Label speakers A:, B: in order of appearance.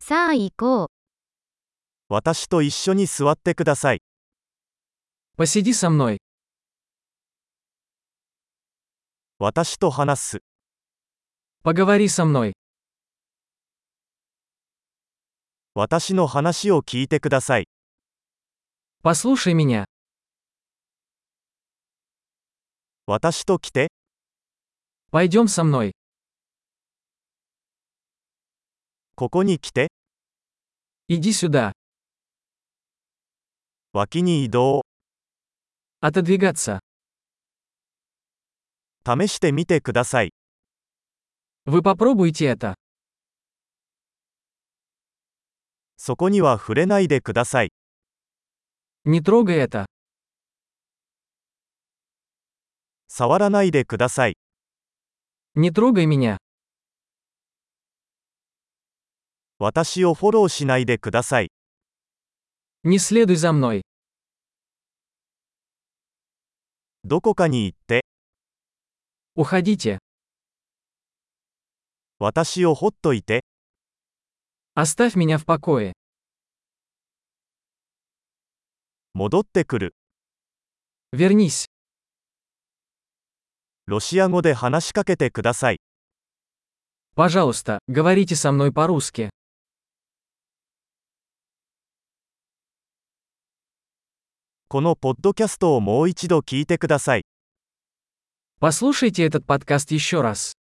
A: さあ行こう。
B: 私と一緒に座ってください。
C: Посиди со мной.
B: 私と話す。
C: Поговори со мной.
B: 私の話を聞いてください。
C: Послушай меня.
B: 私と来て、
C: Пойдем со мной.
B: ここに来て、
C: Иди сюда.
B: 脇に移動、
C: Отодвигаться.
B: 試してみてください。
C: Вы попробуйте это.
B: そこには触れないでください。
C: Не трогай это.
B: 触らないでください。
C: Не трогай меня.
B: 私をフォローしないでください。
C: Не следуй за мной.
B: どこかに行って、
C: Уходите.
B: 私をほっといて、
C: Оставь меня в покое.
B: 戻ってくる。
C: Вернись.
B: ロシア語で話しかけてください。
C: Пожалуйста, говорите со мной по-русски.
B: このポッドキャストをもう一度聞いてください。
C: Послушайте этот подкаст еще раз.